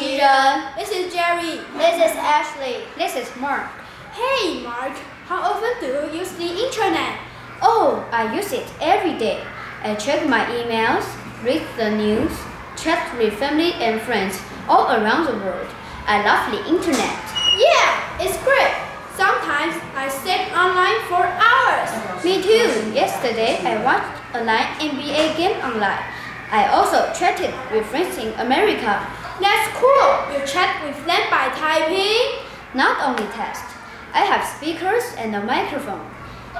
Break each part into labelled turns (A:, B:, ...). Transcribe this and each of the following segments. A: Helen.
B: This is Jerry.
A: This is Ashley.
C: This is Mark.
B: Hey, Mark. How often do you use the internet?
C: Oh, I use it every day. I check my emails, read the news, chat with family and friends all around the world. I love the internet.
B: Yeah, it's great. Sometimes I sit online for hours.
C: Me too. Yesterday, I watched a live NBA game online. I also chatted with friends in America.
B: That's cool. You chat with them by typing.
C: Not only text, I have speakers and a microphone.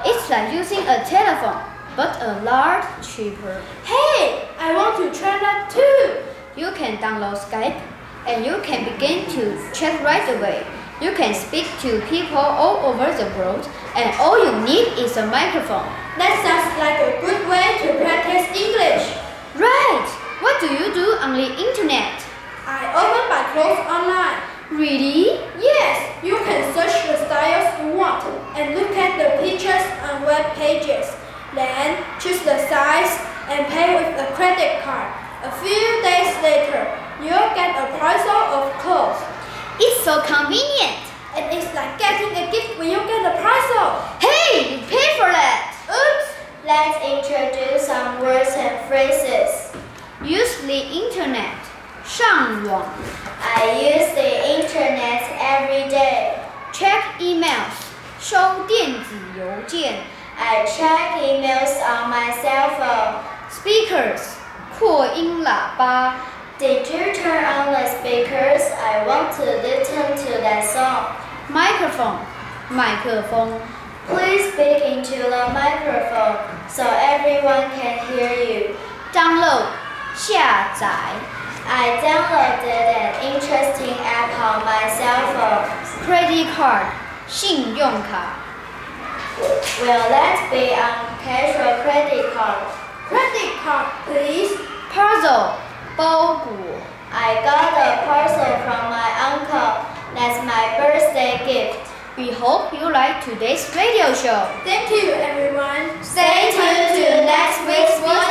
C: It's like using a telephone, but a lot cheaper.
B: Hey, I want to try that too.
C: You can download Skype, and you can begin to chat right away. You can speak to people all over the world, and all you need is a microphone.
B: That sounds like a good way to practice English.
C: Right! What do you do on the internet?
B: I open my clothes online.
C: Really?
B: Yes, you can search the styles you want and look at the pictures on web pages. Then choose the size and pay with a credit card. A few days later, you'll get a parcel of clothes.
C: It's so convenient!
B: And it's like getting a gift when you get a parcel.
C: Hey, you pay for that!
B: Oops!
A: Let's introduce some words and phrases.
C: Use the internet. 上网.
A: I use the internet every day.
C: Check emails. 收电子邮件.
A: I check emails on my cell phone.
C: Speakers. 扩音喇叭.
A: Did you turn on the speakers? I want to listen to that song.
C: Microphone. 麦克风.
A: Please speak into the microphone so everyone can hear you.
C: Download. 下载.
A: I downloaded an interesting app on my cell phone.
C: Credit card. 信用卡.
A: Will that be on cash or credit card?
B: Credit card, please.
C: Puzzle. 包裹.
A: I got a parcel from my uncle. That's my birthday gift.
C: We hope you like today's radio show.
B: Thank you, everyone.
A: Stay tuned to next week's Voice